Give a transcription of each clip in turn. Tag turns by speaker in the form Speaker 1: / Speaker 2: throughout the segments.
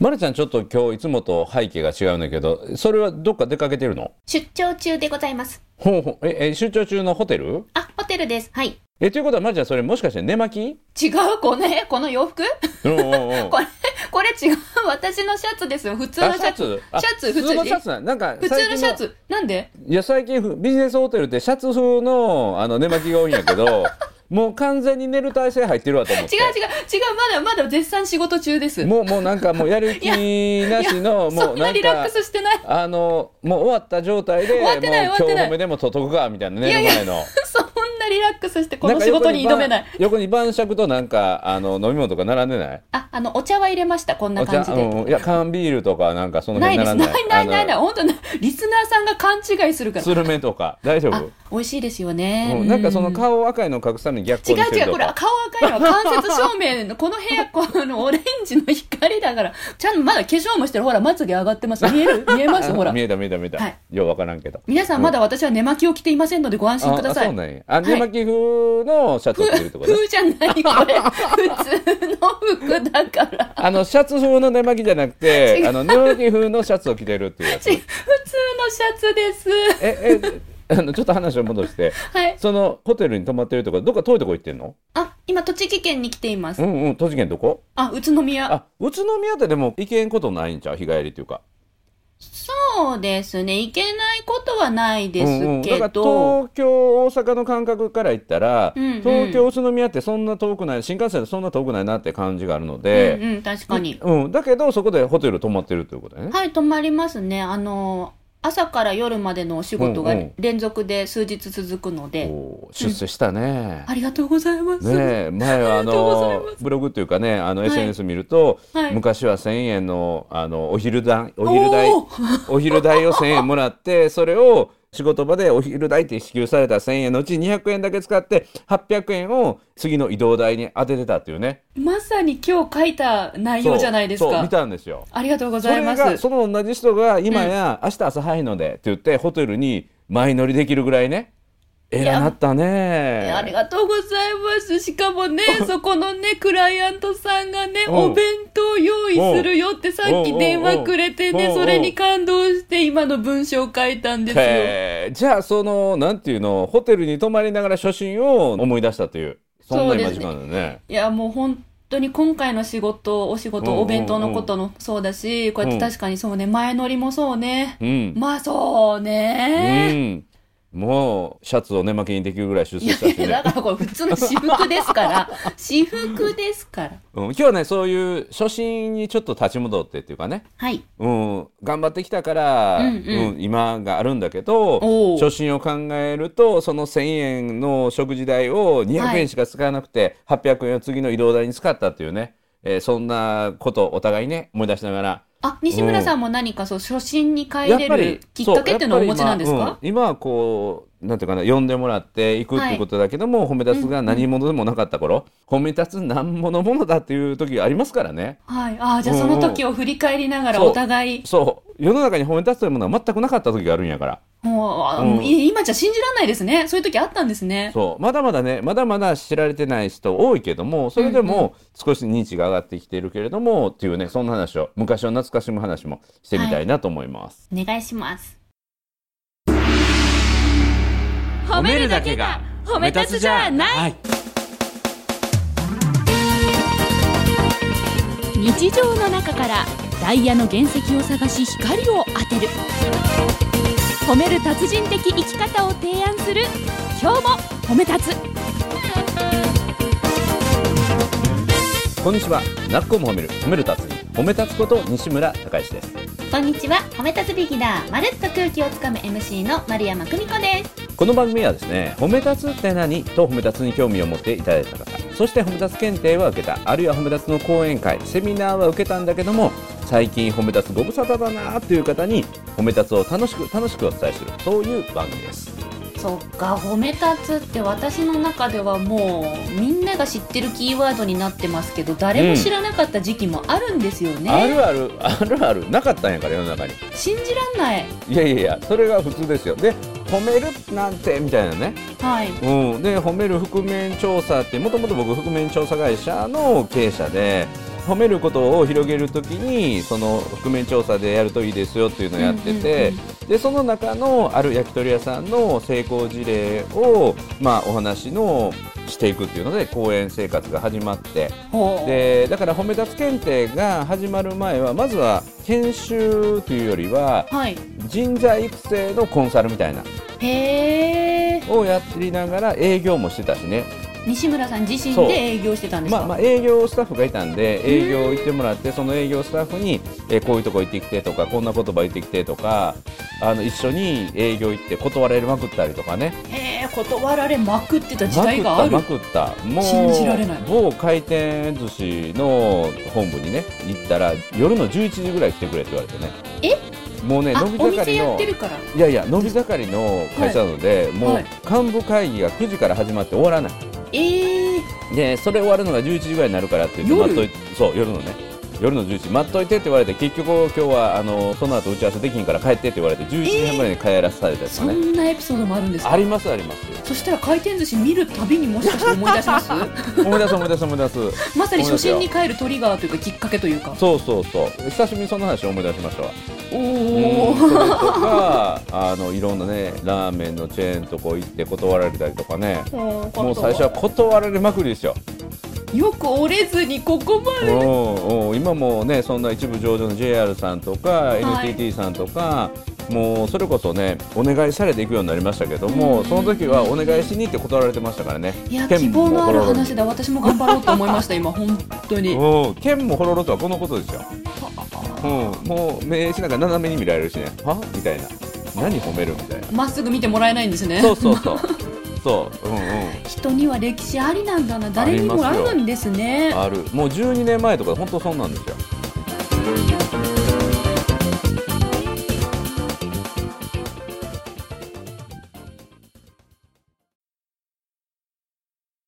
Speaker 1: まるちゃんちょっと今日いつもと背景が違うんだけどそれはどっか出かけてるの
Speaker 2: 出張中でございます。
Speaker 1: ほうほうええ出張中のホテル
Speaker 2: あ、ホテルです。はい。
Speaker 1: えということはまるちゃんそれもしかして寝巻
Speaker 2: 違うこれこの洋服
Speaker 1: きうんうんうん
Speaker 2: これ、これ違う。私のシャツですよ。普通の
Speaker 1: あ
Speaker 2: シ
Speaker 1: シ
Speaker 2: ャ
Speaker 1: ャ
Speaker 2: ツ
Speaker 1: ツ。あ
Speaker 2: シャツ普
Speaker 1: 普通
Speaker 2: 通
Speaker 1: の
Speaker 2: に
Speaker 1: シャツなんなんか
Speaker 2: 普通のシャ
Speaker 1: 最近
Speaker 2: ツ。なんで
Speaker 1: のいや最近ふビジネスホテルってシャツ風のあの寝巻きが多いんやけ どもう完全に寝る体勢入ってるわと思
Speaker 2: 違う
Speaker 1: って
Speaker 2: 違う、違う。まだまだ絶賛仕事中です。
Speaker 1: もうもうなんかもうやる気なしのも
Speaker 2: そ
Speaker 1: うん
Speaker 2: な
Speaker 1: なん
Speaker 2: リラッ
Speaker 1: か
Speaker 2: クスしてない。
Speaker 1: あのもう終わった状態で
Speaker 2: 終
Speaker 1: も
Speaker 2: わ
Speaker 1: う
Speaker 2: っ
Speaker 1: 今
Speaker 2: てない
Speaker 1: 日
Speaker 2: 終わってない
Speaker 1: 褒めでもととくかみたいな寝
Speaker 2: いや
Speaker 1: る
Speaker 2: いや
Speaker 1: 前の。
Speaker 2: そんなリラックスしてこの仕事に挑めない。
Speaker 1: 横に晩酌となんかあの飲み物とか並んでない
Speaker 2: あ、あの、お茶は入れました。こんな感じで。
Speaker 1: うんいや缶ビールとかなんかその
Speaker 2: ない
Speaker 1: 辺
Speaker 2: です。
Speaker 1: 並んで
Speaker 2: ないないないない。
Speaker 1: あの
Speaker 2: 本当に、リスナーさんが勘違いするから。
Speaker 1: スルメとか大丈
Speaker 2: あ
Speaker 1: 夫、
Speaker 2: 美味しいですよね。
Speaker 1: うんなんかその
Speaker 2: うん
Speaker 1: 顔を赤いのを隠すために逆
Speaker 2: 違
Speaker 1: 光
Speaker 2: う
Speaker 1: にしてる
Speaker 2: 違う、
Speaker 1: と
Speaker 2: これ
Speaker 1: か
Speaker 2: 顔赤いのは間接照明の、この部屋、このオレンジの光だから、ちゃんとまだ化粧もしてる、ほら、まつげ上がってます。見え る見えますほら
Speaker 1: 見。えた見えた見えた、
Speaker 2: はい
Speaker 1: ようわからんけど
Speaker 2: 皆さん、まだ私は寝巻きを着ていませんので、ご安心くださ
Speaker 1: ああ
Speaker 2: い。
Speaker 1: そうなんやあ寝巻き風のシャツを着てるってことね、
Speaker 2: 風じゃない、これ。普通の服だから。
Speaker 1: あのシャツ風の寝巻きじゃなくて
Speaker 2: 違う
Speaker 1: あの寝巻き風のシャツを着てるっていうやつ
Speaker 2: ち普通のシャツです。
Speaker 1: ええあのちょっと話を戻して
Speaker 2: はい。
Speaker 1: そのホテルに泊まってるとかどっか遠いとこ行ってんの
Speaker 2: あ、今、栃木県に来ていま
Speaker 1: う
Speaker 2: す。
Speaker 1: んうん栃木県どこ
Speaker 2: あ、宇都宮。
Speaker 1: あ宇都宮ってでも行けんことないんちゃう日帰りっていうか
Speaker 2: そうですね。行けないことはないで
Speaker 1: うんうん
Speaker 2: すけ
Speaker 1: だから
Speaker 2: ど。
Speaker 1: 東京大阪の感覚から行ったら、
Speaker 2: うんうん
Speaker 1: 東京宇都宮ってそんな遠くない新幹線でそんな遠くないなって感じがあるの
Speaker 2: うん
Speaker 1: で、
Speaker 2: うん、確かに。
Speaker 1: うんだけどそこでホテル泊まってるということだね、
Speaker 2: はい、泊まりますね。あの、朝から夜までのお仕事が
Speaker 1: うんうん
Speaker 2: 連続で数日続くので、
Speaker 1: おー出世したね、
Speaker 2: ありがとうございます。
Speaker 1: ねえ 前はあ
Speaker 2: ありがとうござい
Speaker 1: の
Speaker 2: ます
Speaker 1: ブログというかねあの
Speaker 2: はい
Speaker 1: SNS 見ると、
Speaker 2: はい
Speaker 1: 昔は1,000円のあのお昼代お
Speaker 2: お
Speaker 1: 昼代
Speaker 2: おー
Speaker 1: お昼代を1,000円もらってそれを仕事場でお昼代って支給された1,000円のうち200円だけ使って800円を次の移動代に当ててたっていうね
Speaker 2: まさに今日書いた内容じゃないです
Speaker 1: そうそう
Speaker 2: か
Speaker 1: 見。たんですよ
Speaker 2: ありがとうご
Speaker 1: そ
Speaker 2: ざい
Speaker 1: れ
Speaker 2: ま
Speaker 1: が
Speaker 2: す。
Speaker 1: その同じ人が今や、明日朝早いのでって言ってホテルに前乗りできるぐらいね偉なったね
Speaker 2: ありがとうございます。しかも ね、そこのね、クライアントさんがね、
Speaker 1: うん
Speaker 2: お弁当用意するよってさっき電話くれて
Speaker 1: うんう
Speaker 2: ね、
Speaker 1: んうん
Speaker 2: それに感動して今の文章を書いたんですよ。
Speaker 1: へえじゃあそのなんていうのホテルに泊まりながら初心を思い出したというそんな今時間だよね
Speaker 2: いや、もう本当に今回の仕事、お仕
Speaker 1: うんうん
Speaker 2: 事、
Speaker 1: うん
Speaker 2: お弁当のこともそうだし、こうやって確かにそうね、前乗りもそうね。
Speaker 1: うん、
Speaker 2: まあそうね。
Speaker 1: うん、もうシャツを寝巻きにできるぐらい出
Speaker 2: い
Speaker 1: 世
Speaker 2: や
Speaker 1: したし
Speaker 2: い
Speaker 1: ね
Speaker 2: や、だからこれ普通の私服ですから。 私服ですから。
Speaker 1: うん、今日はねそういう初心にちょっと立ち戻ってっていうかね、
Speaker 2: はい。
Speaker 1: うん、頑張ってきたから、
Speaker 2: うんうん
Speaker 1: 今があるんだけ
Speaker 2: お
Speaker 1: ど
Speaker 2: う
Speaker 1: 初心を考えるとその1,000円の食事代を200円しか使わなくて、800円を次の移動代に使ったっていうね、えーそんなことをお互いね思い出しながら
Speaker 2: あ、西村さんも何かそう、初心に帰れるきっかけっていうのをお持ちなんです
Speaker 1: そうやっ
Speaker 2: か
Speaker 1: ぱり今,、うん、今はこうなんていうかな呼んでもらっていくっていうことだけども、褒め立つが何者でもなかった頃、褒め立つ何者ものだっていう時がありますからね
Speaker 2: はい。ああ、じゃあその時を振り返りながら
Speaker 1: そう
Speaker 2: お互い、
Speaker 1: そう世の中に褒め立つというものは全くなかった時があるんやから
Speaker 2: もうあ、
Speaker 1: うん
Speaker 2: もうい今じゃ信じられないですね。そういう時あったんですね。
Speaker 1: そうまだまだねまだまだ知られてない人多いけどもそれでも少し認知が上がってきているけれども、っていうねそんな話を昔を懐かしむ話もしてみたいなと思います。
Speaker 2: お願いしま
Speaker 1: は
Speaker 2: す。
Speaker 1: い
Speaker 2: 日常の中からダイヤの原石を探し光を当てる褒める達人的生き方を提案する今日も褒め立つ
Speaker 1: こんにちは。なっこも褒める褒める達人褒め立つこと西村孝之です。
Speaker 2: こんにちは褒め立つビギナーまるっと空気をつかむ MC の丸山久美子です
Speaker 1: この番組はですね褒め立つって何と褒め立つに興味を持っていただいた方そして褒め立つ検定は受けたあるいは褒め立つの講演会セミナーは受けたんだけども最近褒め立つご無沙汰だなという方に褒め立つを楽しく楽しくお伝えするそういう番組です
Speaker 2: そっか褒め立つって私の中ではもうみんなが知ってるキーワードになってますけど誰も知らなかった時期もあるんですよ
Speaker 1: あ
Speaker 2: ね、
Speaker 1: るあるあるあるなかったんやから世の中に
Speaker 2: 信じらんない
Speaker 1: いやいやいやそれが普通ですよで褒めるなんてみたいなね
Speaker 2: はい
Speaker 1: うん、で褒める覆面調査ってもともと僕覆面調査会社の経営者で褒めることを広げるときにその覆面調査でやるといいですよっていうのをやってて、
Speaker 2: うん
Speaker 1: でその中のある焼き鳥屋さんの成功事例を、まあ、お話のしていくっていうので講演生活が始まって
Speaker 2: ほう
Speaker 1: でだから褒め立つ検定が始まる前はまずは研修というよりは
Speaker 2: はい
Speaker 1: 人材育成のコンサルみたいな
Speaker 2: へえ
Speaker 1: をやりながら営業もしてたしね
Speaker 2: 西村さん自身
Speaker 1: そう
Speaker 2: で営業してたんですか
Speaker 1: まあ、まあ営業スタッフがいたんで営業行ってもらってその営業スタッフに、えーこういうとこ行ってきてとかこんな言葉言ってきてとかあの一緒に営業行って断られまくったりとかね
Speaker 2: へえ断られまくってた時
Speaker 1: まく
Speaker 2: 代
Speaker 1: っ
Speaker 2: があ
Speaker 1: た
Speaker 2: る
Speaker 1: まくったもう
Speaker 2: 信じられない
Speaker 1: 某回転寿司の本部にね行ったら夜の11時ぐらい来てくれって言われてねもうね
Speaker 2: あ
Speaker 1: 伸び
Speaker 2: お
Speaker 1: 盛
Speaker 2: 店
Speaker 1: り
Speaker 2: や
Speaker 1: の
Speaker 2: ってるから
Speaker 1: いやいや伸び盛りの会社なので、もう
Speaker 2: はい
Speaker 1: 幹部会議が9時から始まって終わらない
Speaker 2: ええ
Speaker 1: でそれ終わるのが11時ぐらいになるからって言って
Speaker 2: 夜
Speaker 1: 待っといてそう夜のね夜の11時待っといてって言われて結局今日はあのその後打ち合わせできんから帰ってって言われて11時半ぐらいに帰らされたりと
Speaker 2: そ
Speaker 1: かね、
Speaker 2: んなエピソードもあるんですか
Speaker 1: ありますあります
Speaker 2: そしたら回転寿司見るたびにもしかして思い出し ます
Speaker 1: 思い出す思い出す思い出す
Speaker 2: まさに初心に帰るトリガーというかきっかけというか
Speaker 1: そうそうそう久しぶりにその話思い出しましたわ
Speaker 2: お
Speaker 1: うん
Speaker 2: お
Speaker 1: それとかあのいろんなねラーメンのチェーンとこ行って断られたりとかねもう最初は断られまくりですよ
Speaker 2: よく折れずにここまで
Speaker 1: おうおう今もねそんな一部上場の JR さんとか
Speaker 2: い
Speaker 1: NTT さんとか、もうそれこそねお願いされていくようになりましたけど
Speaker 2: うんう
Speaker 1: も
Speaker 2: ん
Speaker 1: その時はお願いしに行って断られてましたからね
Speaker 2: いや希望のある話だ私も頑張ろうと思いました今本当に
Speaker 1: おう剣もほろろとはこのことですよ、うん、もう名刺なんか斜めに見られるしねはみたいな何褒めるみたい な
Speaker 2: まっすぐ見てもらえないんですね
Speaker 1: そうそうそうそううんうん
Speaker 2: 人には歴史ありなんだな誰にもあ
Speaker 1: ありますよ
Speaker 2: るんですね
Speaker 1: あるもう12年前とか本当そうなんですよ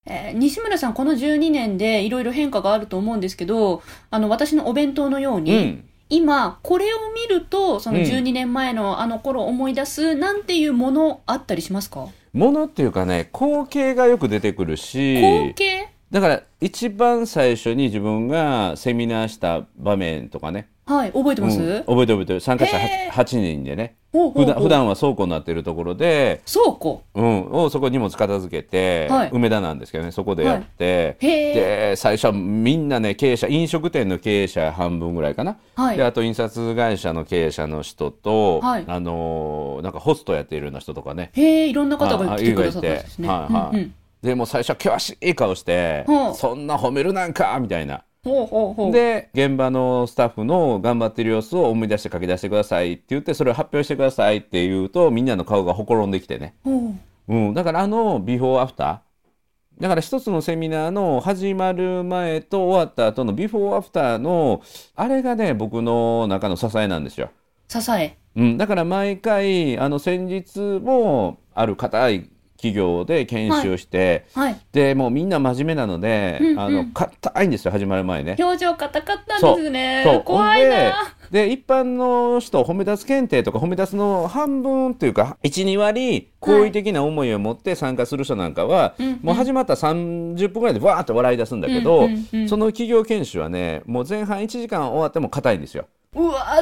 Speaker 2: えー西村さんこの12年でいろいろ変化があると思うんですけどあの私のお弁当のよう
Speaker 1: う
Speaker 2: に、
Speaker 1: ん
Speaker 2: 今これを見るとその
Speaker 1: うん
Speaker 2: 12年前のあの頃を思い出すなんていうものあったりしますか、
Speaker 1: ものっていうかね光景がよく出てくるし
Speaker 2: 光景
Speaker 1: だから一番最初に自分がセミナーした場面とかね、
Speaker 2: はい覚えて
Speaker 1: うん
Speaker 2: ます、
Speaker 1: 覚えてる覚えてる参加者
Speaker 2: へー
Speaker 1: 8, 人でね
Speaker 2: ほうほうほう
Speaker 1: 普段普段は倉庫になってるところで、
Speaker 2: 倉庫
Speaker 1: うん、をそこに荷物片付けて、
Speaker 2: はい
Speaker 1: 梅田なんですけどねそこでやって、
Speaker 2: へえ
Speaker 1: で最初はみんなね経営者飲食店の経営者半分ぐらいかな、
Speaker 2: はい
Speaker 1: であと印刷会社の経営者の人と、
Speaker 2: はい
Speaker 1: あのーなんかホストやっているような人とかね
Speaker 2: へえいろんな方が来てくださったんですね。
Speaker 1: はいはい
Speaker 2: うんうん
Speaker 1: でもう最初は険しい顔して、
Speaker 2: ほう
Speaker 1: そんな褒めるなんかみたいな。
Speaker 2: ほうほうほう
Speaker 1: で現場のスタッフの頑張ってる様子を思い出して書き出してくださいって言ってそれを発表してくださいって言うとみんなの顔がほころんできてね、
Speaker 2: ほ
Speaker 1: うん、だからあのビフォーアフターだから一つのセミナーの始まる前と終わった後のビフォーアフターのあれがね僕の中の支えなんですよ。
Speaker 2: う支え
Speaker 1: うん、だから毎回あの先日もある硬い企業で研修をして、
Speaker 2: はい
Speaker 1: でもうみんな真面目なので、
Speaker 2: うんうん
Speaker 1: あの硬いんですよ始まる前ね。
Speaker 2: 表情硬かったん
Speaker 1: そう
Speaker 2: ですね
Speaker 1: そう
Speaker 2: 怖いな
Speaker 1: ほんでで一般の人褒め立つ検定とか褒め立つの半分というか12割好意的な思いを持って参加する人なんかは、
Speaker 2: うんうん
Speaker 1: もう始まった30分ぐらいでわーっと笑い出すんだけど、
Speaker 2: うんうんうん
Speaker 1: その企業研修はねもう前半1時間終わっても硬いんですよ。
Speaker 2: うわ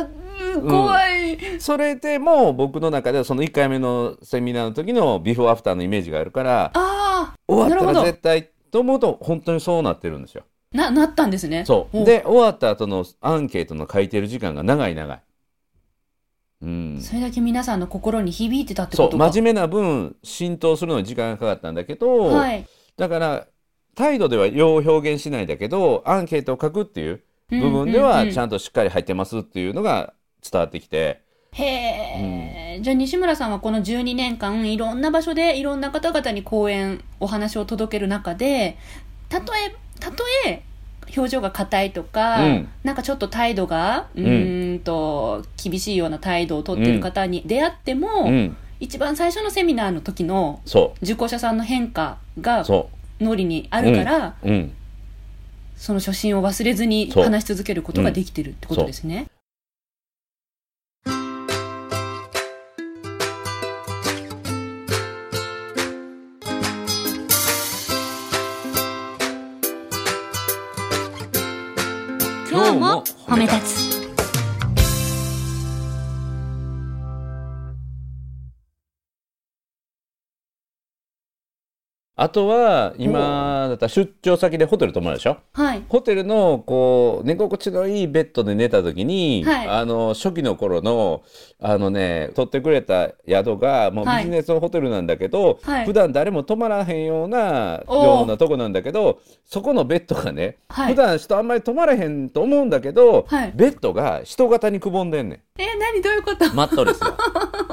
Speaker 2: うん怖い、
Speaker 1: それでも僕の中ではその1回目のセミナーの時のビフォーアフターのイメージがあるから
Speaker 2: あ
Speaker 1: 終わっ
Speaker 2: な
Speaker 1: た
Speaker 2: るほ
Speaker 1: ら
Speaker 2: ど
Speaker 1: 絶対と思うと本当にそうなってるんですよ。
Speaker 2: あななったんですね
Speaker 1: そう。
Speaker 2: ほ
Speaker 1: で、終わった後のアンケートの書いてる時間が長い長い。うん。
Speaker 2: それだけ皆さんの心に響いてたって
Speaker 1: そ
Speaker 2: こと
Speaker 1: う、
Speaker 2: か
Speaker 1: 真面目な分、浸透するのに時間がかかったんだけど、
Speaker 2: はい
Speaker 1: だから、態度ではよう表現しないんだけど、アンケートを書くっていう部分で
Speaker 2: うんう
Speaker 1: は、
Speaker 2: んうん
Speaker 1: ちゃんとしっかり入ってますっていうのが伝わってきて、
Speaker 2: へえ、じゃあ西村さんはこの12年間いろんな場所でいろんな方々に講演お話を届ける中でたとえたとえ表情が硬いとか、
Speaker 1: うん
Speaker 2: なんかちょっと態度がうーんと厳しいような態度をとってる方に出会っても、
Speaker 1: うん、
Speaker 2: 一番最初のセミナーの時の
Speaker 1: そ
Speaker 2: 受講者さんの変化が
Speaker 1: う、そ
Speaker 2: 脳裏にあるから、
Speaker 1: う、うん。
Speaker 2: その初心を忘れずに
Speaker 1: そう
Speaker 2: 話し続けることができてるってことですね。
Speaker 1: あとは今だったら出張先でホテル泊まるでしょ
Speaker 2: はい。
Speaker 1: ホテルのこう寝心地のいいベッドで寝た時に、
Speaker 2: はい
Speaker 1: あの初期の頃のあのね取ってくれた宿がもう
Speaker 2: は
Speaker 1: ビ
Speaker 2: い
Speaker 1: ジネスホテルなんだけど、
Speaker 2: はい
Speaker 1: 普段誰も泊まらへんような
Speaker 2: おー
Speaker 1: ようなとこなんだけどそこのベッドがね、
Speaker 2: はい
Speaker 1: 普段人あんまり泊まらへんと思うんだけど、
Speaker 2: はい
Speaker 1: ベッドが人型にくぼんでんね
Speaker 2: えー、何どういうこと
Speaker 1: んマットレ スが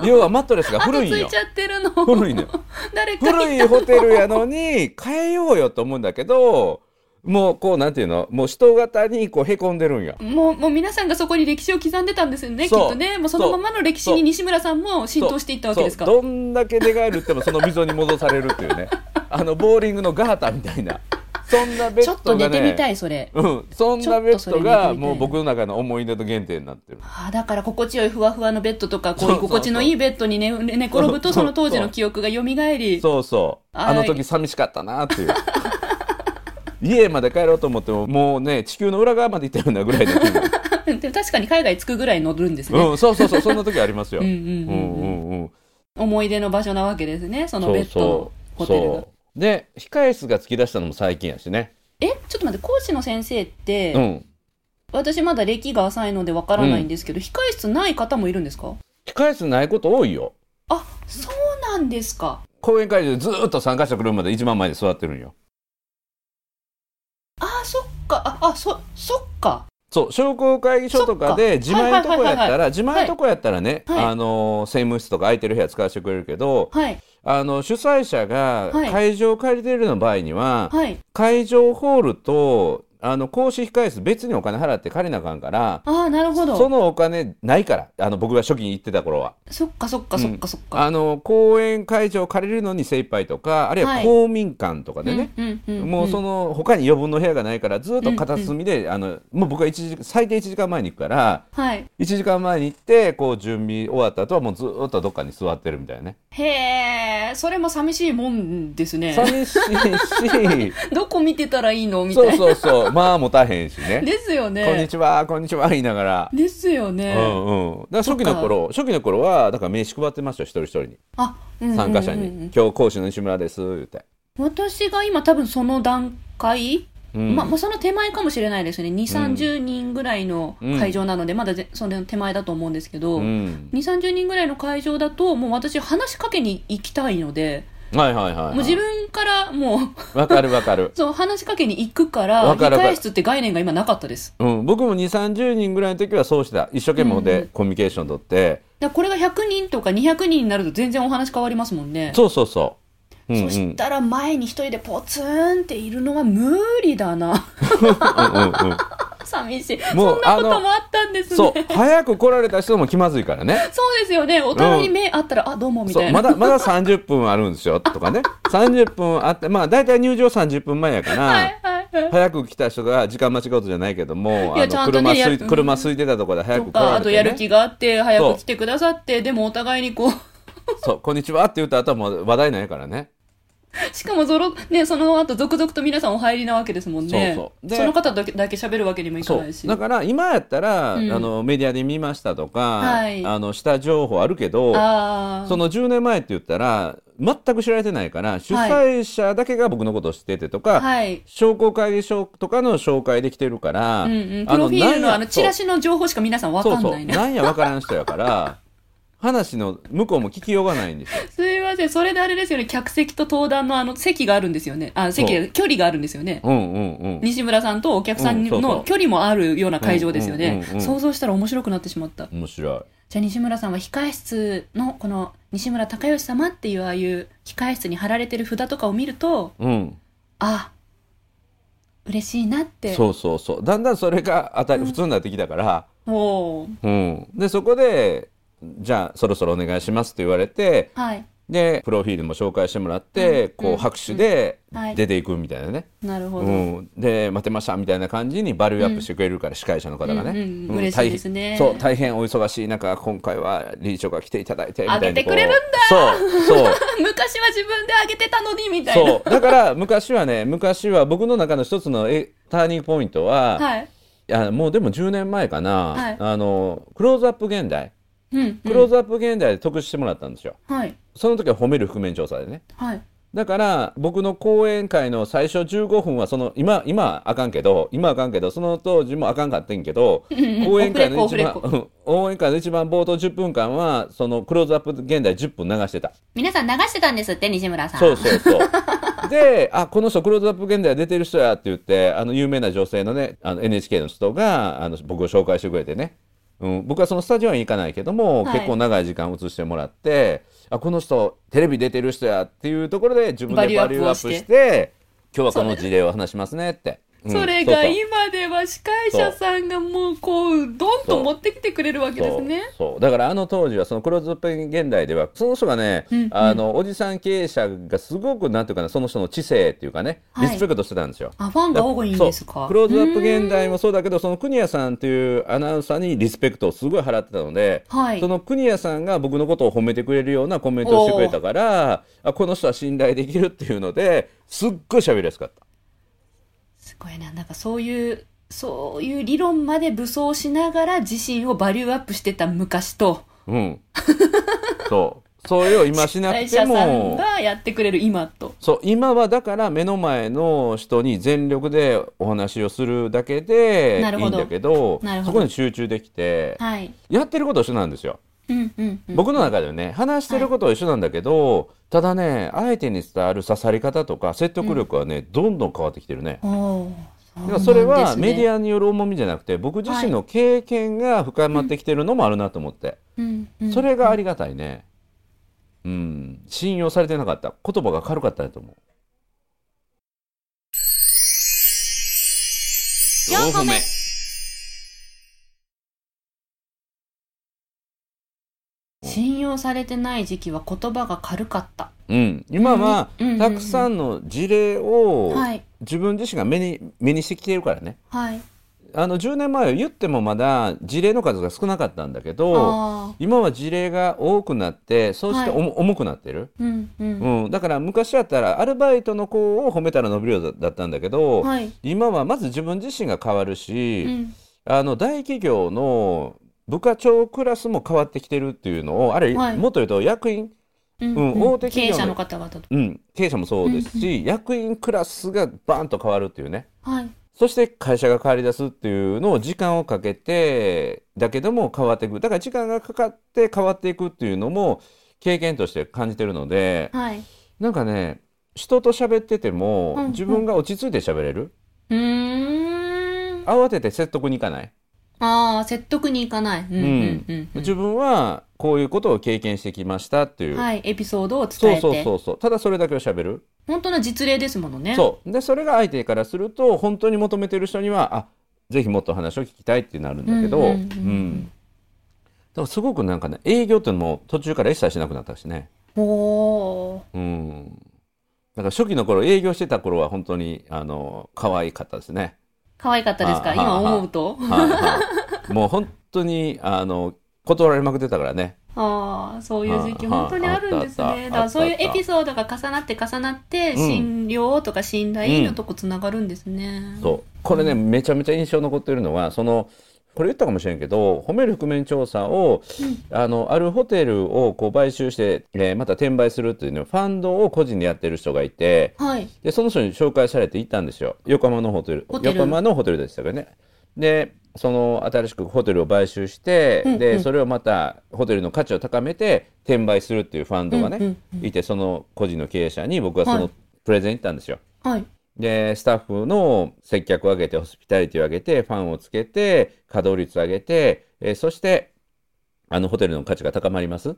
Speaker 1: 要はマットレスが
Speaker 2: 後
Speaker 1: 古
Speaker 2: つ
Speaker 1: いん
Speaker 2: い
Speaker 1: よ
Speaker 2: ち。ゃってるの。
Speaker 1: 古いのよ
Speaker 2: 誰か
Speaker 1: 古いホテルやのに変えようよと思うんだけどもうこうなんていうのもう人型にこうへこんでるんよ。
Speaker 2: もうもう皆さんがそこに歴史を刻んでたんですよね、きっ
Speaker 1: そう
Speaker 2: とね、もうそのままの歴史
Speaker 1: そ
Speaker 2: に
Speaker 1: う
Speaker 2: 西村さんも浸透していったわけですか。
Speaker 1: そうどんだけ寝返るってもその溝に戻されるっていう ねあのボーリングのガータみたいなそんなベ
Speaker 2: ちょ
Speaker 1: ッ
Speaker 2: っと
Speaker 1: ドがね
Speaker 2: 寝てみたい、それ。
Speaker 1: うん、そんなベッド
Speaker 2: ちょっとそれ寝てみた
Speaker 1: が
Speaker 2: い
Speaker 1: もう僕の中の思い出の原点になってる
Speaker 2: ああだから心地よいふわふわのベッドとか、こう
Speaker 1: そう
Speaker 2: いう
Speaker 1: そうそう
Speaker 2: 心地のいいベッドに寝寝寝転ぶと、
Speaker 1: そ
Speaker 2: そうの当時の記憶が蘇り、
Speaker 1: そうそう
Speaker 2: は
Speaker 1: あ
Speaker 2: い
Speaker 1: の時寂しかったなっていう 家まで帰ろうと思ってももうね地球の裏側まで行ったようなぐらいの気分
Speaker 2: でも確かに海外着くぐらい乗るんです ね、
Speaker 1: うん、そうそうそうそんな時ありますよ
Speaker 2: うん
Speaker 1: うん
Speaker 2: うんうん
Speaker 1: うんうん
Speaker 2: 思い出の場所なわけですね、そのベッドのホテルが。
Speaker 1: うで控室が突き出したのも最近やしね
Speaker 2: え、ちょっと待って、講師の先生って、
Speaker 1: うん
Speaker 2: 私まだ歴が浅いのでわからないんですけど、控室ない方もいるんですか
Speaker 1: 控室ないこと多いよ
Speaker 2: あそうなんですか。
Speaker 1: 講演会場でずーっと参加者来るまで一番前で座ってるんよ
Speaker 2: あそっかああそそっか
Speaker 1: そう商工会議所とかで
Speaker 2: そ
Speaker 1: 自
Speaker 2: っか
Speaker 1: 前のとこやっ
Speaker 2: はいはいはい
Speaker 1: た
Speaker 2: は
Speaker 1: ら自前のとこやったらね、
Speaker 2: はい
Speaker 1: あのー政務室とか空いてる部屋使わせてくれるけど、
Speaker 2: はい
Speaker 1: あの主催者が
Speaker 2: はい
Speaker 1: 会場を借りてるの場合には、
Speaker 2: はい
Speaker 1: 会場ホールとあの講師控室別にお金払って借りなあかんから
Speaker 2: ああなるほど
Speaker 1: そ
Speaker 2: そ
Speaker 1: のお金ないからあの僕が初期に行ってた頃は。
Speaker 2: っかそっかそっかそっか、
Speaker 1: あの講演会場を借りるのに精一杯とかあるい
Speaker 2: は
Speaker 1: はい公民館とか
Speaker 2: う
Speaker 1: でね、
Speaker 2: んうんうん、
Speaker 1: もうそ
Speaker 2: の
Speaker 1: の他に余分の部屋がないからずっと片隅で、あのもう僕は一時最低1時間前に行くから
Speaker 2: はい
Speaker 1: 1時間前に行ってこう準備終わった後はもうずっとどっかに座ってるみたいなね
Speaker 2: へえそれも寂しいもんですね
Speaker 1: 寂し いし
Speaker 2: どこ見てたらいいのみたい
Speaker 1: そう
Speaker 2: な
Speaker 1: そうそうまあ持たへんしね
Speaker 2: ですよ
Speaker 1: 「こんに
Speaker 2: ね
Speaker 1: ちはこんにちは」言いながら。
Speaker 2: ですよ
Speaker 1: う
Speaker 2: ね、
Speaker 1: んうん、だから初期の頃初期の頃はだから名刺配ってましたよ一人一人に
Speaker 2: あ、うんうんうん
Speaker 1: 参加者に「今日講師の西村です」言って、
Speaker 2: 私が今多分その段階、
Speaker 1: うん
Speaker 2: まあもうその手前かもしれないですね2 3 0人ぐらいの会場なので、まだぜその手前だと思うんですけど、
Speaker 1: うん、
Speaker 2: 2 3 0人ぐらいの会場だともう私話しかけに行きたいので
Speaker 1: はいはいはい、はい、
Speaker 2: もう自分からもう
Speaker 1: わかるわかる。
Speaker 2: そう話しかけに行くから
Speaker 1: わかるわかる
Speaker 2: 控室って概念が今なかったです
Speaker 1: うん、僕も2、30人ぐらいの時はそうしてた。一生懸命
Speaker 2: うんうん
Speaker 1: でコミュニケーション取って。
Speaker 2: だからこれが100人とか200人になると全然お話変わりますもんね
Speaker 1: そうそうそう。うんうん、
Speaker 2: そしたら前に一人でポツンっているのは無理だな
Speaker 1: うんう んうん
Speaker 2: 寂しい
Speaker 1: もう
Speaker 2: そんなこともあったんですね
Speaker 1: そ
Speaker 2: そう
Speaker 1: う、 早く来られた人も気まずいからね。
Speaker 2: ですよねお互いに目あったら、あどうもみた
Speaker 1: そう
Speaker 2: い
Speaker 1: ま
Speaker 2: な、
Speaker 1: だまだ30分あるんですよとか ね30分あってまあ大体入場30分前やから、
Speaker 2: はいはいはい
Speaker 1: 早く来た人が時間間違うことじゃないけども
Speaker 2: いや
Speaker 1: あ
Speaker 2: ちゃ
Speaker 1: の
Speaker 2: んと
Speaker 1: 車
Speaker 2: ね
Speaker 1: す
Speaker 2: や
Speaker 1: い
Speaker 2: る
Speaker 1: 車空いてたところで早
Speaker 2: と
Speaker 1: く来
Speaker 2: か、
Speaker 1: ら
Speaker 2: あ
Speaker 1: れ
Speaker 2: とやる
Speaker 1: て、ね、
Speaker 2: 気があって早
Speaker 1: そう
Speaker 2: く来てくださってでもお互いにこう
Speaker 1: そうこんにちはって言った後はもう話題ないからね
Speaker 2: しかもゾロ、ね、その後続々と皆さんお入りなわけですもんね。
Speaker 1: そうそうで
Speaker 2: の方だけだけ喋るわけにもいか
Speaker 1: そ
Speaker 2: ないうし。
Speaker 1: だから今やったら、
Speaker 2: うん
Speaker 1: あのメディアで見ましたとか、
Speaker 2: はい
Speaker 1: あのした情報あるけど
Speaker 2: ああ。
Speaker 1: その10年前って言ったら全く知られてないから主催者だけが僕のことを知っててとか、
Speaker 2: はい。
Speaker 1: 商工会議所とかの紹介できてるから、
Speaker 2: うんうん。プロフィールのあ
Speaker 1: なん
Speaker 2: の
Speaker 1: や
Speaker 2: チラシの情報しか皆さんわ
Speaker 1: そう
Speaker 2: かん
Speaker 1: そう
Speaker 2: な
Speaker 1: そう
Speaker 2: いね。
Speaker 1: なんやわからん人やから話の向こうも聞きようがないんですよ。
Speaker 2: すいません。それであれですよね。客席と登壇のあの席があるんですよね。あ、
Speaker 1: そう
Speaker 2: 席、距離があるんですよね。
Speaker 1: うんうんうん
Speaker 2: 西村さんとお客さ
Speaker 1: う
Speaker 2: ん
Speaker 1: んそうそ
Speaker 2: の
Speaker 1: う
Speaker 2: 距離もあるような会場ですよね
Speaker 1: うんうんうんう。ん
Speaker 2: 想像したら面白くなってしまった。
Speaker 1: 面白い。
Speaker 2: じゃあ西村さんは控室のこの西村隆義様っていうああいう控室に貼られてる札とかを見ると、
Speaker 1: うん、
Speaker 2: あ嬉しいなって
Speaker 1: そうそうそうだんだんそれが当たり普通になってきたから。
Speaker 2: おー
Speaker 1: うん、でそこでじゃあそろそろお願いしますと言われて
Speaker 2: はい
Speaker 1: でプロフィールも紹介してもらって、
Speaker 2: うん
Speaker 1: こ
Speaker 2: うん
Speaker 1: う拍手で
Speaker 2: はい
Speaker 1: 出ていくみたいなね、
Speaker 2: なるほど、
Speaker 1: うん、で待ってましたみたいな感じにバリューアップしてくれるから、司会者の方がね、
Speaker 2: うんうんうん嬉しいです
Speaker 1: 大変
Speaker 2: ね
Speaker 1: そう大変お忙しい中今回は理事長が来ていただいてみたいな
Speaker 2: あげてくれるんだ
Speaker 1: そうそう
Speaker 2: 昔は自分であげてたのにみたいな
Speaker 1: そうだから昔はね昔は僕の中の一つのえターニングポイントは、
Speaker 2: はい
Speaker 1: いやもうでも10年前かな、
Speaker 2: はい
Speaker 1: あのクローズアップ現代
Speaker 2: うん、うん
Speaker 1: クローズアップ現代で得してもらったんですよ。
Speaker 2: はい
Speaker 1: その時は褒める覆面調査でね。
Speaker 2: はい
Speaker 1: だから僕の講演会の最初15分はその今今あかんけど今あかんけどその当時もあかんかってんけ ど
Speaker 2: んうん
Speaker 1: 講演会の
Speaker 2: オフ
Speaker 1: 一
Speaker 2: レ
Speaker 1: 番
Speaker 2: コ
Speaker 1: うん応援会の一番冒頭10分間はそのクローズアップ現代10分流してた
Speaker 2: 皆さん流してたんですって、西村さん。
Speaker 1: そうそうそう であこの人クローズアップ現代出てる人やって言ってあの有名な女性のねあの NHK の人があの僕を紹介してくれてね、うん、僕はそのスタジオに行かないけども、
Speaker 2: はい
Speaker 1: 結構長い時間映してもらってあこの人テレビ出てる人やっていうところで自分でバ
Speaker 2: バ
Speaker 1: リ
Speaker 2: リ
Speaker 1: ュ
Speaker 2: ュ
Speaker 1: ー
Speaker 2: ー
Speaker 1: アッ
Speaker 2: アッ
Speaker 1: プして
Speaker 2: プをして
Speaker 1: 今日はこの事例を話しますねって。うん
Speaker 2: それ
Speaker 1: う
Speaker 2: が
Speaker 1: そう
Speaker 2: 今では司会者さんがもうこうどんと持ってきてくれるわけですね
Speaker 1: そうそうだからあの当時はそのクローズアップ現代ではその人がね、
Speaker 2: うんうん
Speaker 1: あのおじさん経営者がすごくなんていうかなその人の知性っていうかね、
Speaker 2: はい
Speaker 1: リスペクトしてたんですよ。
Speaker 2: あファンが多いんです
Speaker 1: そう
Speaker 2: か
Speaker 1: クローズアップ現代もそうだけどその国谷さんというアナウンサーにリスペクトをすごい払ってたので、
Speaker 2: はい
Speaker 1: その国谷さんが僕のことを褒めてくれるようなコメントをしてくれたからあこの人は信頼できるっていうのですっごい喋りやすかった。
Speaker 2: すごいななんかそういうそういう理論まで武装しながら自身をバリューアップしてた昔と
Speaker 1: うん、そうそれを今しな
Speaker 2: 会
Speaker 1: くて
Speaker 2: 社さん
Speaker 1: も。
Speaker 2: がやってくれる今と
Speaker 1: そう今はだから目の前の人に全力でお話をするだけで
Speaker 2: なる
Speaker 1: いい
Speaker 2: ほ
Speaker 1: ん
Speaker 2: ど
Speaker 1: だけど
Speaker 2: なるほ
Speaker 1: そ
Speaker 2: ど
Speaker 1: こに集中できて、
Speaker 2: はい
Speaker 1: やってることは一緒なんですよ、
Speaker 2: うんうんうん
Speaker 1: 僕の中ではね話してることは一緒なんだけど、ただね相手に伝わる刺さり方とか説得力はね、どんどん変わってきてるね。
Speaker 2: おー
Speaker 1: だからそれはメディ
Speaker 2: ア、
Speaker 1: アによる重みじゃなくて僕自身の経験が深まってきてるのもあるなと思って、
Speaker 2: うんうん、
Speaker 1: それがありがたいね、うん、信用されてなかった言葉が軽かったと思う
Speaker 2: 4個目信用されてない時期は言葉が軽かった
Speaker 1: うん、今は
Speaker 2: うんうんうん
Speaker 1: たくさんの事例を
Speaker 2: はい
Speaker 1: 自分自身が目に目にしてきているからね
Speaker 2: はい
Speaker 1: あの10年前は言ってもまだ事例の数が少なかったんだけど
Speaker 2: ああ
Speaker 1: 今は事例が多くなってそして重,、重くなってる、
Speaker 2: うんうん
Speaker 1: うん、だから昔だったらアルバイトの子を褒めたら伸びるようだだったんだけど、
Speaker 2: はい
Speaker 1: 今はまず自分自身が変わるし、
Speaker 2: うん
Speaker 1: あの大企業の部課長クラスも変わってきてるっていうのをあれ、
Speaker 2: はい
Speaker 1: もっと言うと役員
Speaker 2: うん
Speaker 1: うん大手企業の
Speaker 2: 経営者の方々と
Speaker 1: うん、経営者もそうですし、役員クラスがバーンと変わるっていうね
Speaker 2: はい
Speaker 1: そして会社が変わり出すっていうのを時間をかけてだけども変わっていくだから時間がかかって変わっていくっていうのも経験として感じてるので
Speaker 2: はい
Speaker 1: なんかね人と喋ってても、
Speaker 2: うんうん
Speaker 1: 自分が落ち着いて喋れる
Speaker 2: うーん
Speaker 1: 慌てて説得に行かない、
Speaker 2: ああ説得に行かないうんうんうんうん
Speaker 1: 自分はこういうことを経験してきましたっていう、
Speaker 2: はいエピソードを伝
Speaker 1: そう
Speaker 2: えて
Speaker 1: そうそうそうただそれだけを喋る
Speaker 2: 本当の実例ですものね
Speaker 1: そうでそれが相手からすると本当に求めてる人にはあぜひもっと話を聞きたいってなるんだけど
Speaker 2: うん
Speaker 1: う
Speaker 2: うんうんうん
Speaker 1: んだからすごくなんかね営業っていうのも途中から一切しなくなったしね
Speaker 2: おー
Speaker 1: うんだから初期の頃営業してた頃は本当にあの可愛かったですね
Speaker 2: 可愛かったです
Speaker 1: あ
Speaker 2: か
Speaker 1: ー
Speaker 2: 今思うと
Speaker 1: はいはいもう本当にあの断られまくってたからね
Speaker 2: ああそういう時期
Speaker 1: あー
Speaker 2: 本当にあるんです
Speaker 1: あったあった
Speaker 2: ねだからそういうエピソードが重なって重なって信用とか信頼のとこつながるんですね
Speaker 1: そうこれねめちゃめちゃ印象残ってるのはそのこれ言ったかもしれんけど褒める覆面調査を、あのあるホテルをこう買収して、えーまた転売するっていうのファンドを個人でやってる人がいて
Speaker 2: はい
Speaker 1: でその人に紹介されて行ったんですよ横浜のホテル
Speaker 2: ホテル
Speaker 1: 横浜のホテルでしたけどねでその新しくホテルを買収して、
Speaker 2: うんう
Speaker 1: で
Speaker 2: ん
Speaker 1: それをまたホテルの価値を高めて転売するっていうファンドがね、
Speaker 2: うん
Speaker 1: いてその個人の経営者に僕はそ
Speaker 2: は
Speaker 1: の
Speaker 2: い
Speaker 1: プレゼン行ったんですよ。
Speaker 2: はい
Speaker 1: で、スタッフの接客を上げて、ホスピタリティを上げて、ファンをつけて、稼働率を上げて、えーそして、あのホテルの価値が高まりますっ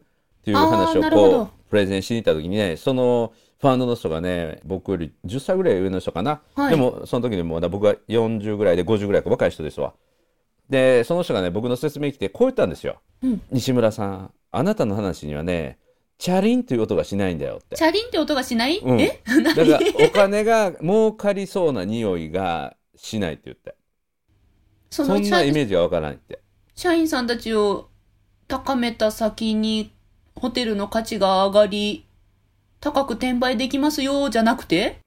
Speaker 1: ていう話
Speaker 2: あー
Speaker 1: を
Speaker 2: なるほど
Speaker 1: こう、プレゼンしに行った時にね、そのファンドの人がね、僕より10歳ぐらい上の人かな。
Speaker 2: はい
Speaker 1: でも、その時にもうだ僕が40ぐらいで50ぐらいか若い人ですわ。で、その人がね、僕の説明に来て、こう言ったんですよ。
Speaker 2: うん
Speaker 1: 西村さん、あなたの話にはね、チャリンという音がしないんだよって。
Speaker 2: チャリンって音がしない
Speaker 1: うん
Speaker 2: え
Speaker 1: だからお金が儲かりそうな匂いがしないって言って
Speaker 2: そ
Speaker 1: そ
Speaker 2: の
Speaker 1: ん
Speaker 2: チ
Speaker 1: な
Speaker 2: ャ
Speaker 1: イメージがわからないって
Speaker 2: 社員さんたちを高めた先にホテルの価値が上がり高く転売できますよじゃなくて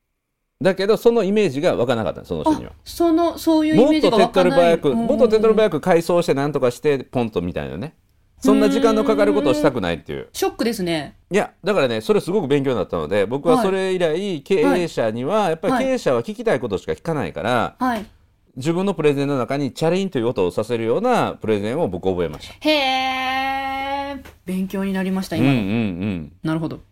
Speaker 1: だけどそのイメージがわからなかったのその人
Speaker 2: あ
Speaker 1: には
Speaker 2: そのそういうイ
Speaker 1: も
Speaker 2: メ
Speaker 1: っ
Speaker 2: ージ
Speaker 1: と
Speaker 2: が
Speaker 1: 手っ取
Speaker 2: わかん
Speaker 1: り
Speaker 2: ない
Speaker 1: 早くもっと手っ取り早く改装してなんとかしてポンとみたいなねそんな時間のかかることをしたくないっていう。
Speaker 2: ショックですね。
Speaker 1: いや、だからね、それすごく勉強になったので、僕はそれ以来、経営者には、やっぱり
Speaker 2: はい
Speaker 1: 経営者は聞きたいことしか聞かないから、
Speaker 2: はい。
Speaker 1: 自分のプレゼンの中にチャリンという音をさせるようなプレゼンを僕覚えました。
Speaker 2: へえ。勉強になりました、
Speaker 1: うん
Speaker 2: 今。
Speaker 1: うんうん。
Speaker 2: なるほど。
Speaker 1: だか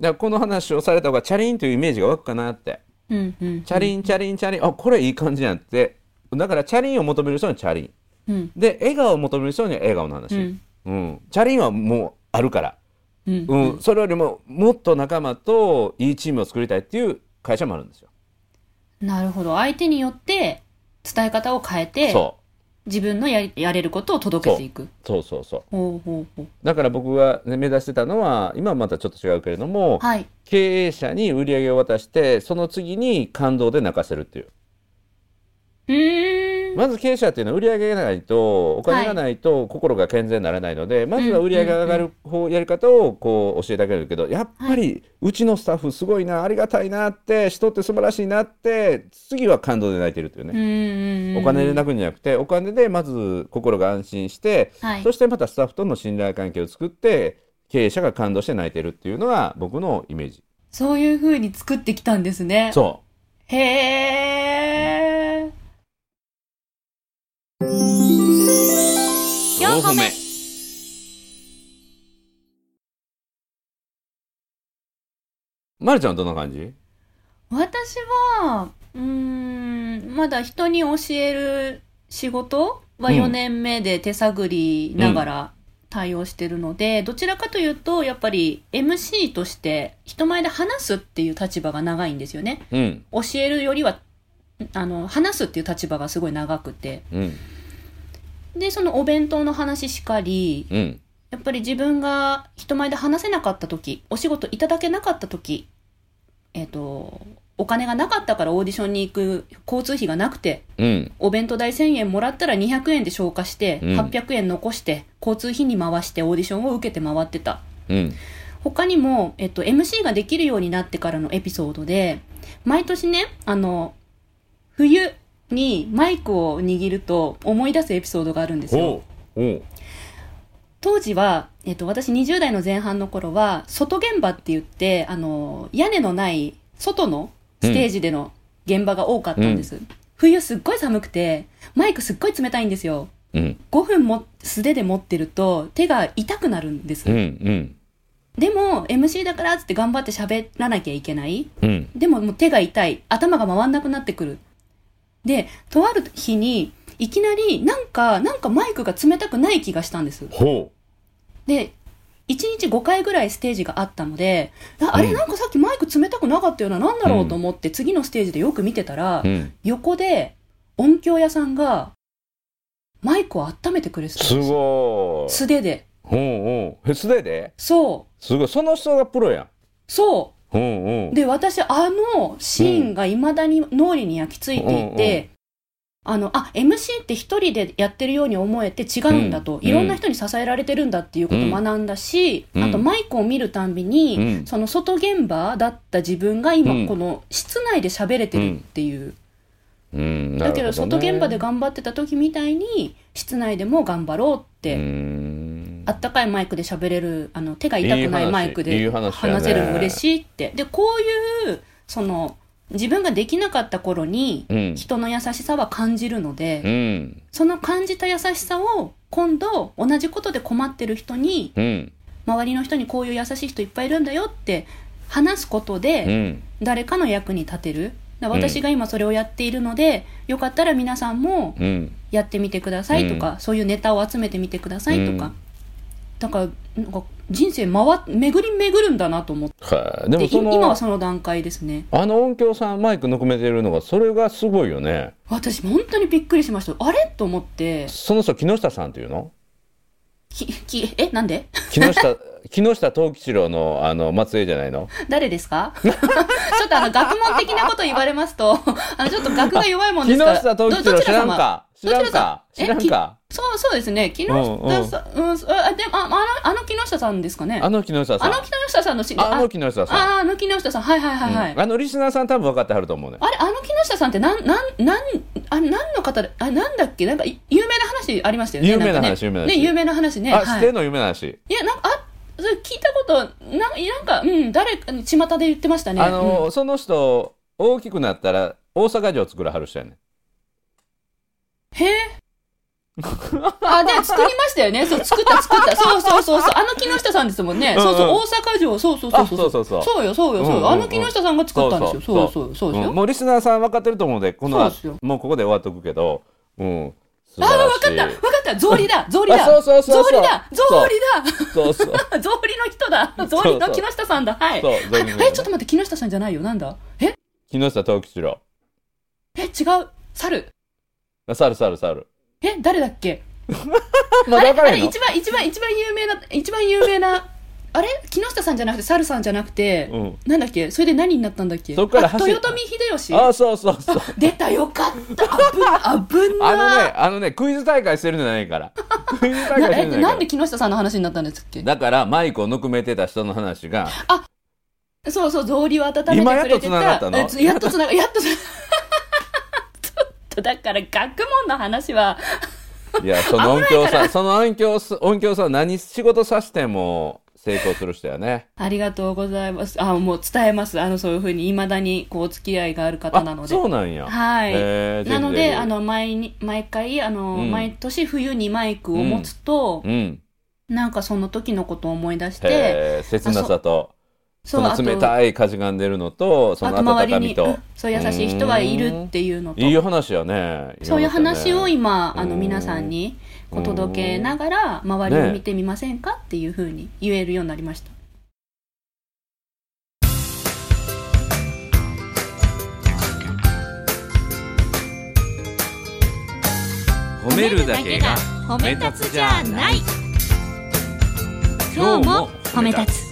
Speaker 1: らこの話をされた方がチャリンというイメージが湧くかなって。
Speaker 2: うんうん。
Speaker 1: チャリンチャリンチャリン、あ、これいい感じやんって。だからチャリンを求める人にはチャリン。
Speaker 2: うん。
Speaker 1: で、笑顔を求める人には笑顔の
Speaker 2: う
Speaker 1: 話。
Speaker 2: ん。
Speaker 1: うん、チャリンはもうあるから、
Speaker 2: うん。
Speaker 1: うんそれよりももっと仲間といいチームを作りたいっていう会社もあるんですよ。
Speaker 2: なるほど。相手によって伝え方を変えて、
Speaker 1: そ
Speaker 2: 自分のやりやれることを届けていく。
Speaker 1: うそうそうそう
Speaker 2: ほうほうほう。
Speaker 1: だから僕がね目指してたのは今はまたちょっと違うけれども、
Speaker 2: はい。
Speaker 1: 経営者に売り上げを渡してその次に感動で泣かせるっていう
Speaker 2: うーん。
Speaker 1: まず経営者っていうのは売り上げがないとお金がないと心が健全にならないので、まずは売り上げが上がる方やり方をこう教えてあげるけどやっぱりうちのスタッフすごいなありがたいなって人って素晴らしいなって次は感動で泣いてるっていう
Speaker 2: う
Speaker 1: ね、
Speaker 2: ん。
Speaker 1: お金で
Speaker 2: な
Speaker 1: 泣くんじゃなくてお金でまず心が安心して、
Speaker 2: はい
Speaker 1: そ。してまたスタッフとの信頼関係を作って経営者が感動して泣いてるっていうのが僕のイメージ。
Speaker 2: そういう風に作ってきたんですね。
Speaker 1: そう
Speaker 2: へえ。4歩目
Speaker 1: まるちゃんはどんな感じ
Speaker 2: 私は、うーん、まだ人に教える仕事は
Speaker 1: うん
Speaker 2: 4年目で手探りながら対応してるので、どちらかというと、やっぱり MC として人前で話すっていう立場が長いんですよね。
Speaker 1: うん
Speaker 2: 教えるよりは、あの、話すっていう立場がすごい長くて。
Speaker 1: うん
Speaker 2: で、そのお弁当の話しかり、
Speaker 1: うん
Speaker 2: やっぱり自分が人前で話せなかった時、お仕事いただけなかった時、えっ、と、お金がなかったからオーディションに行く交通費がなくて、
Speaker 1: うん
Speaker 2: お弁当代1000円もらったら200円で消化して、
Speaker 1: うん
Speaker 2: 800円残して、交通費に回してオーディションを受けて回ってた。
Speaker 1: うん
Speaker 2: 他にも、えっと、MC ができるようになってからのエピソードで、毎年ね、あの、冬にマイクを握ると思い出すエピソードがあるんですよ。
Speaker 1: ほうほう
Speaker 2: 当時は、えっと、私20代の前半の頃は、外現場って言って、あの、屋根のない外のステージでの現場が多かったんです。冬すっごい寒くて、マイクすっごい冷たいんですよ。
Speaker 1: うん
Speaker 2: 5分も素手で持ってると手が痛くなるんです。
Speaker 1: うんうん
Speaker 2: でも、MC だからっつって頑張って喋らなきゃいけない。
Speaker 1: うん
Speaker 2: でももう手が痛い。頭が回んなくなってくる。で、とある日に、いきなり、なんか、なんかマイクが冷たくない気がしたんです。
Speaker 1: ほ
Speaker 2: で、1日5回ぐらいステージがあったので、ああ
Speaker 1: う
Speaker 2: れ
Speaker 1: ん
Speaker 2: なんかさっきマイク冷たくなかったよな、なんだろうと思って次のステージでよく見てたら
Speaker 1: う、うん
Speaker 2: 横で音響屋さんがマイクを温めてくれてた
Speaker 1: す
Speaker 2: んです。
Speaker 1: ごい
Speaker 2: 素手で。
Speaker 1: ほうほうえ素手で
Speaker 2: そ
Speaker 1: すごいその人がプロやん
Speaker 2: う。そ
Speaker 1: ほうほ
Speaker 2: う。
Speaker 1: う
Speaker 2: で、私、あのシーンが未だに脳裏に焼き付いていて、あの、あ、MC って一人でやってるように思えて違うんだと、
Speaker 1: うん
Speaker 2: いろんな人に支えられてるんだっていうことを学んだし、
Speaker 1: うん
Speaker 2: あとマイクを見るたんびに、
Speaker 1: うん
Speaker 2: その外現場だった自分が
Speaker 1: うん
Speaker 2: 今この室内で喋れてるっていう、
Speaker 1: うんなる
Speaker 2: だ
Speaker 1: ほ
Speaker 2: け
Speaker 1: ね
Speaker 2: ど外現場で頑張ってた時みたいに室内でも頑張ろうっ
Speaker 1: う
Speaker 2: て、
Speaker 1: ん
Speaker 2: あったかいマイクで喋れるあの手が痛くない
Speaker 1: いい話
Speaker 2: マイク
Speaker 1: いい
Speaker 2: で
Speaker 1: 話やね
Speaker 2: 話せるの嬉しいってでこういうその自分ができなかった頃に
Speaker 1: うん
Speaker 2: 人の優しさは感じるので、
Speaker 1: うん
Speaker 2: その感じた優しさを今度同じことで困ってる人に
Speaker 1: うん
Speaker 2: 周りの人にこういう優しい人いっぱいいるんだよって話すことで、
Speaker 1: うん
Speaker 2: 誰かの役に立てるだから私が今それをやっているので、よかったら皆さんも
Speaker 1: うん
Speaker 2: やってみてくださいとか、そういうネタを集めてみてくださいとか、
Speaker 1: うん
Speaker 2: だからなんか人生回巡り巡るんだなと思って
Speaker 1: はいでも
Speaker 2: い
Speaker 1: その
Speaker 2: 今はその段階ですね
Speaker 1: あの音響さんマイクのくめてるのがそれがすごいよね
Speaker 2: 私本当にびっくりしましたあれと思って
Speaker 1: その人木下さんっていうの
Speaker 2: ききえなんで
Speaker 1: 木下木下藤吉郎のあの末裔じゃないの
Speaker 2: 誰ですか ちょっ とあの学問的なこと言われますとあのちょっと学が弱いもん
Speaker 1: 木
Speaker 2: ですから
Speaker 1: 下藤吉郎知らんか知らんか
Speaker 2: どち
Speaker 1: 知
Speaker 2: ら
Speaker 1: ら
Speaker 2: か
Speaker 1: んか
Speaker 2: そう、そうですね。木下さん、うん、あ、でも、ああの、あの木下さんですかね。あ
Speaker 1: あの木下さん
Speaker 2: の木下さんのし、
Speaker 1: あ
Speaker 2: あ
Speaker 1: の木下さん
Speaker 2: あ、あの木下さん、はいはいはいはい。
Speaker 1: うんあのリスナーさん多分分かってはると思うね
Speaker 2: あれ、あの木下さんって、なん、なん、なん、あ、なんの方で、あ、なんだっけ、なんか、い有名な話ありましたよね。
Speaker 1: 有名なん
Speaker 2: か
Speaker 1: 話有名な
Speaker 2: ね。
Speaker 1: 話
Speaker 2: ね、有名な話ね。
Speaker 1: あ
Speaker 2: は
Speaker 1: 知
Speaker 2: い
Speaker 1: ってんの夢な話
Speaker 2: いや、なんか、あ、それ聞いたこと、ななんか、うん、誰か、巷で言ってましたね。
Speaker 1: あのーその人大きくなったら大阪城作らはる人やね
Speaker 2: うんへえ。あ、で、作りましたよね。そう、作った、作った。そうそうそうそう。あの木下さんですもんね。
Speaker 1: うんうん
Speaker 2: そうそう、大阪城、そうそうそ
Speaker 1: あ
Speaker 2: う
Speaker 1: そ
Speaker 2: そうう。
Speaker 1: そうそう
Speaker 2: そうよ、そうよ、そう
Speaker 1: うんうんう
Speaker 2: よ。
Speaker 1: ん
Speaker 2: あの木下さんが作ったんですよ。
Speaker 1: そ
Speaker 2: そうう
Speaker 1: そ
Speaker 2: そう、そうです
Speaker 1: うん
Speaker 2: よ。
Speaker 1: もうリスナーさん分かってると思うのでこの後
Speaker 2: そうです
Speaker 1: もうここで終わっとくけどうん素
Speaker 2: あ、
Speaker 1: 晴
Speaker 2: わ
Speaker 1: ら
Speaker 2: かった、わ
Speaker 1: し
Speaker 2: か
Speaker 1: い
Speaker 2: った。草履だ、草履だ。
Speaker 1: あそうそうそうそう
Speaker 2: 草履だ、草履だ。
Speaker 1: そうそう
Speaker 2: 草履の人だ。草
Speaker 1: そう
Speaker 2: 履の木下さんだ。はい。
Speaker 1: そう
Speaker 2: あ
Speaker 1: 草履の人
Speaker 2: え、ちょっと待って、木下さんじゃないよ。なんだえ
Speaker 1: 木下藤吉郎
Speaker 2: え、違う。猿。
Speaker 1: あ猿猿猿
Speaker 2: え、誰だっけ
Speaker 1: まだ分か
Speaker 2: あ
Speaker 1: らへ
Speaker 2: れ
Speaker 1: んの
Speaker 2: 一番一番一番有名な一番有名なあれ木下さんじゃなくて猿さんじゃなくて、
Speaker 1: うん
Speaker 2: なんだっけそれで何になったんだっけ
Speaker 1: そっから
Speaker 2: あ
Speaker 1: 走る
Speaker 2: 豊臣秀吉
Speaker 1: あそうそう そう
Speaker 2: 出たよ かった危な危な
Speaker 1: あのねあのねクイズ大会してるんじゃないから クイズ大会して
Speaker 2: な
Speaker 1: る
Speaker 2: え
Speaker 1: んじゃな
Speaker 2: ないん
Speaker 1: か
Speaker 2: で木下さんの話になったんですっけ
Speaker 1: らだからマイクをぬくめてた人の話が
Speaker 2: そうそう草履を温めてくれてた
Speaker 1: 今やっと繋がったの
Speaker 2: えつやっとつながやっとつちょっとだから学問の話はい
Speaker 1: や、その音響さん、その音響す、音響さん、何仕事さしても成功する人やね。
Speaker 2: ありがとうございますあもう伝えますあのそういうふうにいまだにこうお付き合いがある方な
Speaker 1: あ
Speaker 2: の、で
Speaker 1: そうなんや。
Speaker 2: はい
Speaker 1: えー
Speaker 2: なの
Speaker 1: ぜひぜ
Speaker 2: で、
Speaker 1: ひ
Speaker 2: あの、毎に、毎回、あの、
Speaker 1: うん
Speaker 2: 毎年冬にマイクを持つと、
Speaker 1: うん。
Speaker 2: なんかその時のことを思い出して、
Speaker 1: へえ、切なさと、その冷
Speaker 2: い、
Speaker 1: たい風がんでるのと、そ
Speaker 2: あ
Speaker 1: の
Speaker 2: と周
Speaker 1: 温か
Speaker 2: り
Speaker 1: み
Speaker 2: に、
Speaker 1: と
Speaker 2: うん。そう優しい人がいるっていうのと、
Speaker 1: いい話やね。
Speaker 2: そういう話を
Speaker 1: いろ
Speaker 2: 今、あ
Speaker 1: う
Speaker 2: の、
Speaker 1: ん
Speaker 2: 皆さんに、こ
Speaker 1: うん
Speaker 2: う届けながら、周り
Speaker 1: ね
Speaker 2: を見てみませんかっていうふうに言えるようになりました。
Speaker 1: とね。褒めるだけが
Speaker 2: 褒
Speaker 1: め立つじゃない
Speaker 2: 今日も褒め立
Speaker 1: つ。
Speaker 2: つ。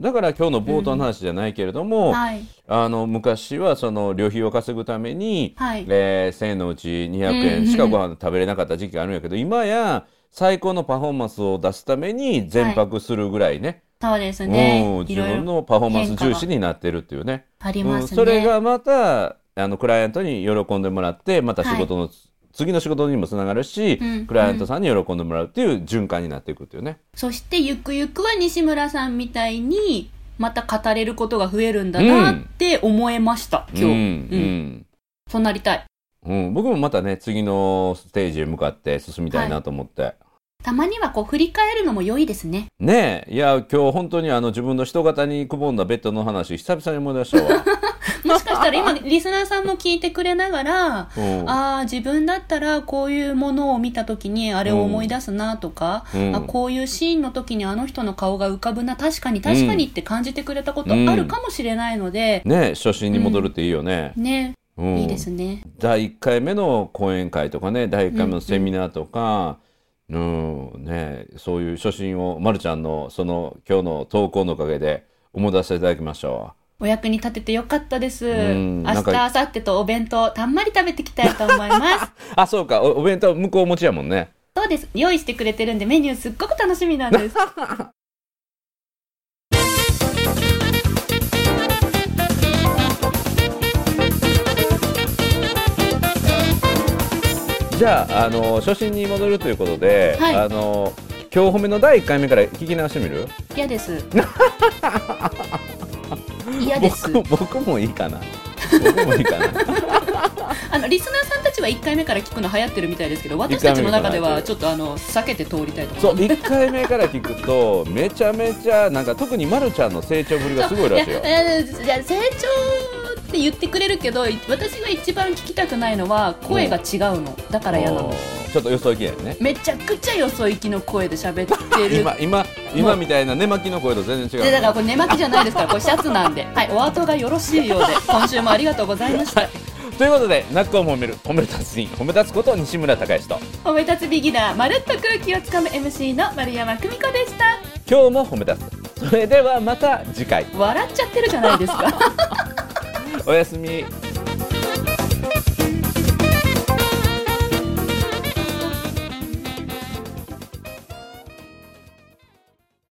Speaker 1: だから今日の冒頭の話じゃないけれども、
Speaker 2: はい。
Speaker 1: あの昔はその旅費を稼ぐために、
Speaker 2: はい
Speaker 1: えー1000円のうち200
Speaker 2: うんうんう
Speaker 1: 円
Speaker 2: ん
Speaker 1: しかご飯食べれなかった時期があるんやけど、今や最高のパフォーマンスを出すために全泊するぐらいね、
Speaker 2: そうです
Speaker 1: うん
Speaker 2: ね。い
Speaker 1: 自
Speaker 2: ろい
Speaker 1: 分
Speaker 2: ろ
Speaker 1: のパフォーマンス重視になってるっていうね。
Speaker 2: あり
Speaker 1: う
Speaker 2: ま
Speaker 1: ん、
Speaker 2: すね。
Speaker 1: それがまたあのクライアントに喜んでもらってまた仕事の、次の仕事にもつながるし、
Speaker 2: うん
Speaker 1: クライアントさんに喜んでもらうっていう循環になっていくっていうね。
Speaker 2: そしてゆくゆくは西村さんみたいにまた語れることが増えるんだなって思えました、今日、
Speaker 1: う
Speaker 2: うんん
Speaker 1: うん
Speaker 2: そうなりたい
Speaker 1: うん、僕もまたね次のステージへ向かって進みたいなと思って、
Speaker 2: たまにはこう振り返るのも良いです ね
Speaker 1: ねえいや今日本当にあの自分の人型にくぼんだベッドの話久々に思い出した わ、
Speaker 2: もしかしたら今リスナーさんも聞いてくれながら
Speaker 1: うん、
Speaker 2: ああ自分だったらこういうものを見た時にあれを思い出すなとか、
Speaker 1: うん
Speaker 2: あこういうシーンの時にあの人の顔が浮かぶな確かに確かにって感じてくれたことあるかもしれないので、
Speaker 1: ねえ初心に戻るっていいよね、
Speaker 2: ね
Speaker 1: うん
Speaker 2: いいですね
Speaker 1: 第1回目の講演会とかね第1回目のセミナーとか、うんねえそういう初心をまるちゃんのその今日の投稿のおかげで思い出していただきましたわ
Speaker 2: お役に立ててよかったです。
Speaker 1: ん
Speaker 2: 明日、
Speaker 1: なんか
Speaker 2: 明後日とお弁当、たんまり食べてきたいと思い ます。
Speaker 1: あそうかおお弁当向こう持ちやもんね
Speaker 2: そうです。用意してくれてるんで、メニューすっごく楽しみな んです。
Speaker 1: じゃああの初心に戻るということで、
Speaker 2: はい
Speaker 1: あの今日褒めの第1回目から聞き直してみる
Speaker 2: 嫌です。嫌です
Speaker 1: 僕。も僕もいいかな僕もいいかな
Speaker 2: あの、リスナーさんたちは1回目から聞くの流行ってるみたいですけど、私たちの中では、ちょっとあの、避けて通りたいと思います。
Speaker 1: そう1回目から聞くとめちゃめちゃなんか特にまるちゃんの成長ぶりがすごいらしい よ
Speaker 2: いやいやいや成長って言ってくれるけど、私が一番聞きたくないのは、声が違うの。だから嫌なの。
Speaker 1: ちょっと予想いきやね
Speaker 2: めちゃくちゃよそ行きの声で喋ってる
Speaker 1: 今今今みたいな寝巻きの声と全然違
Speaker 2: で
Speaker 1: う
Speaker 2: だからこれ寝巻きじゃないですからこれシャツなんではいお後がよろしいようで今週もありがとうございました、
Speaker 1: ということで「なっこを褒める褒め立つに褒め立つこと西村隆之と
Speaker 2: 褒め立つビギナーまるっと空気をつかむ MC の丸山久美子でした
Speaker 1: 今日も褒め立つそれではまた次回
Speaker 2: 笑っちゃってるじゃないですか
Speaker 1: おやすみ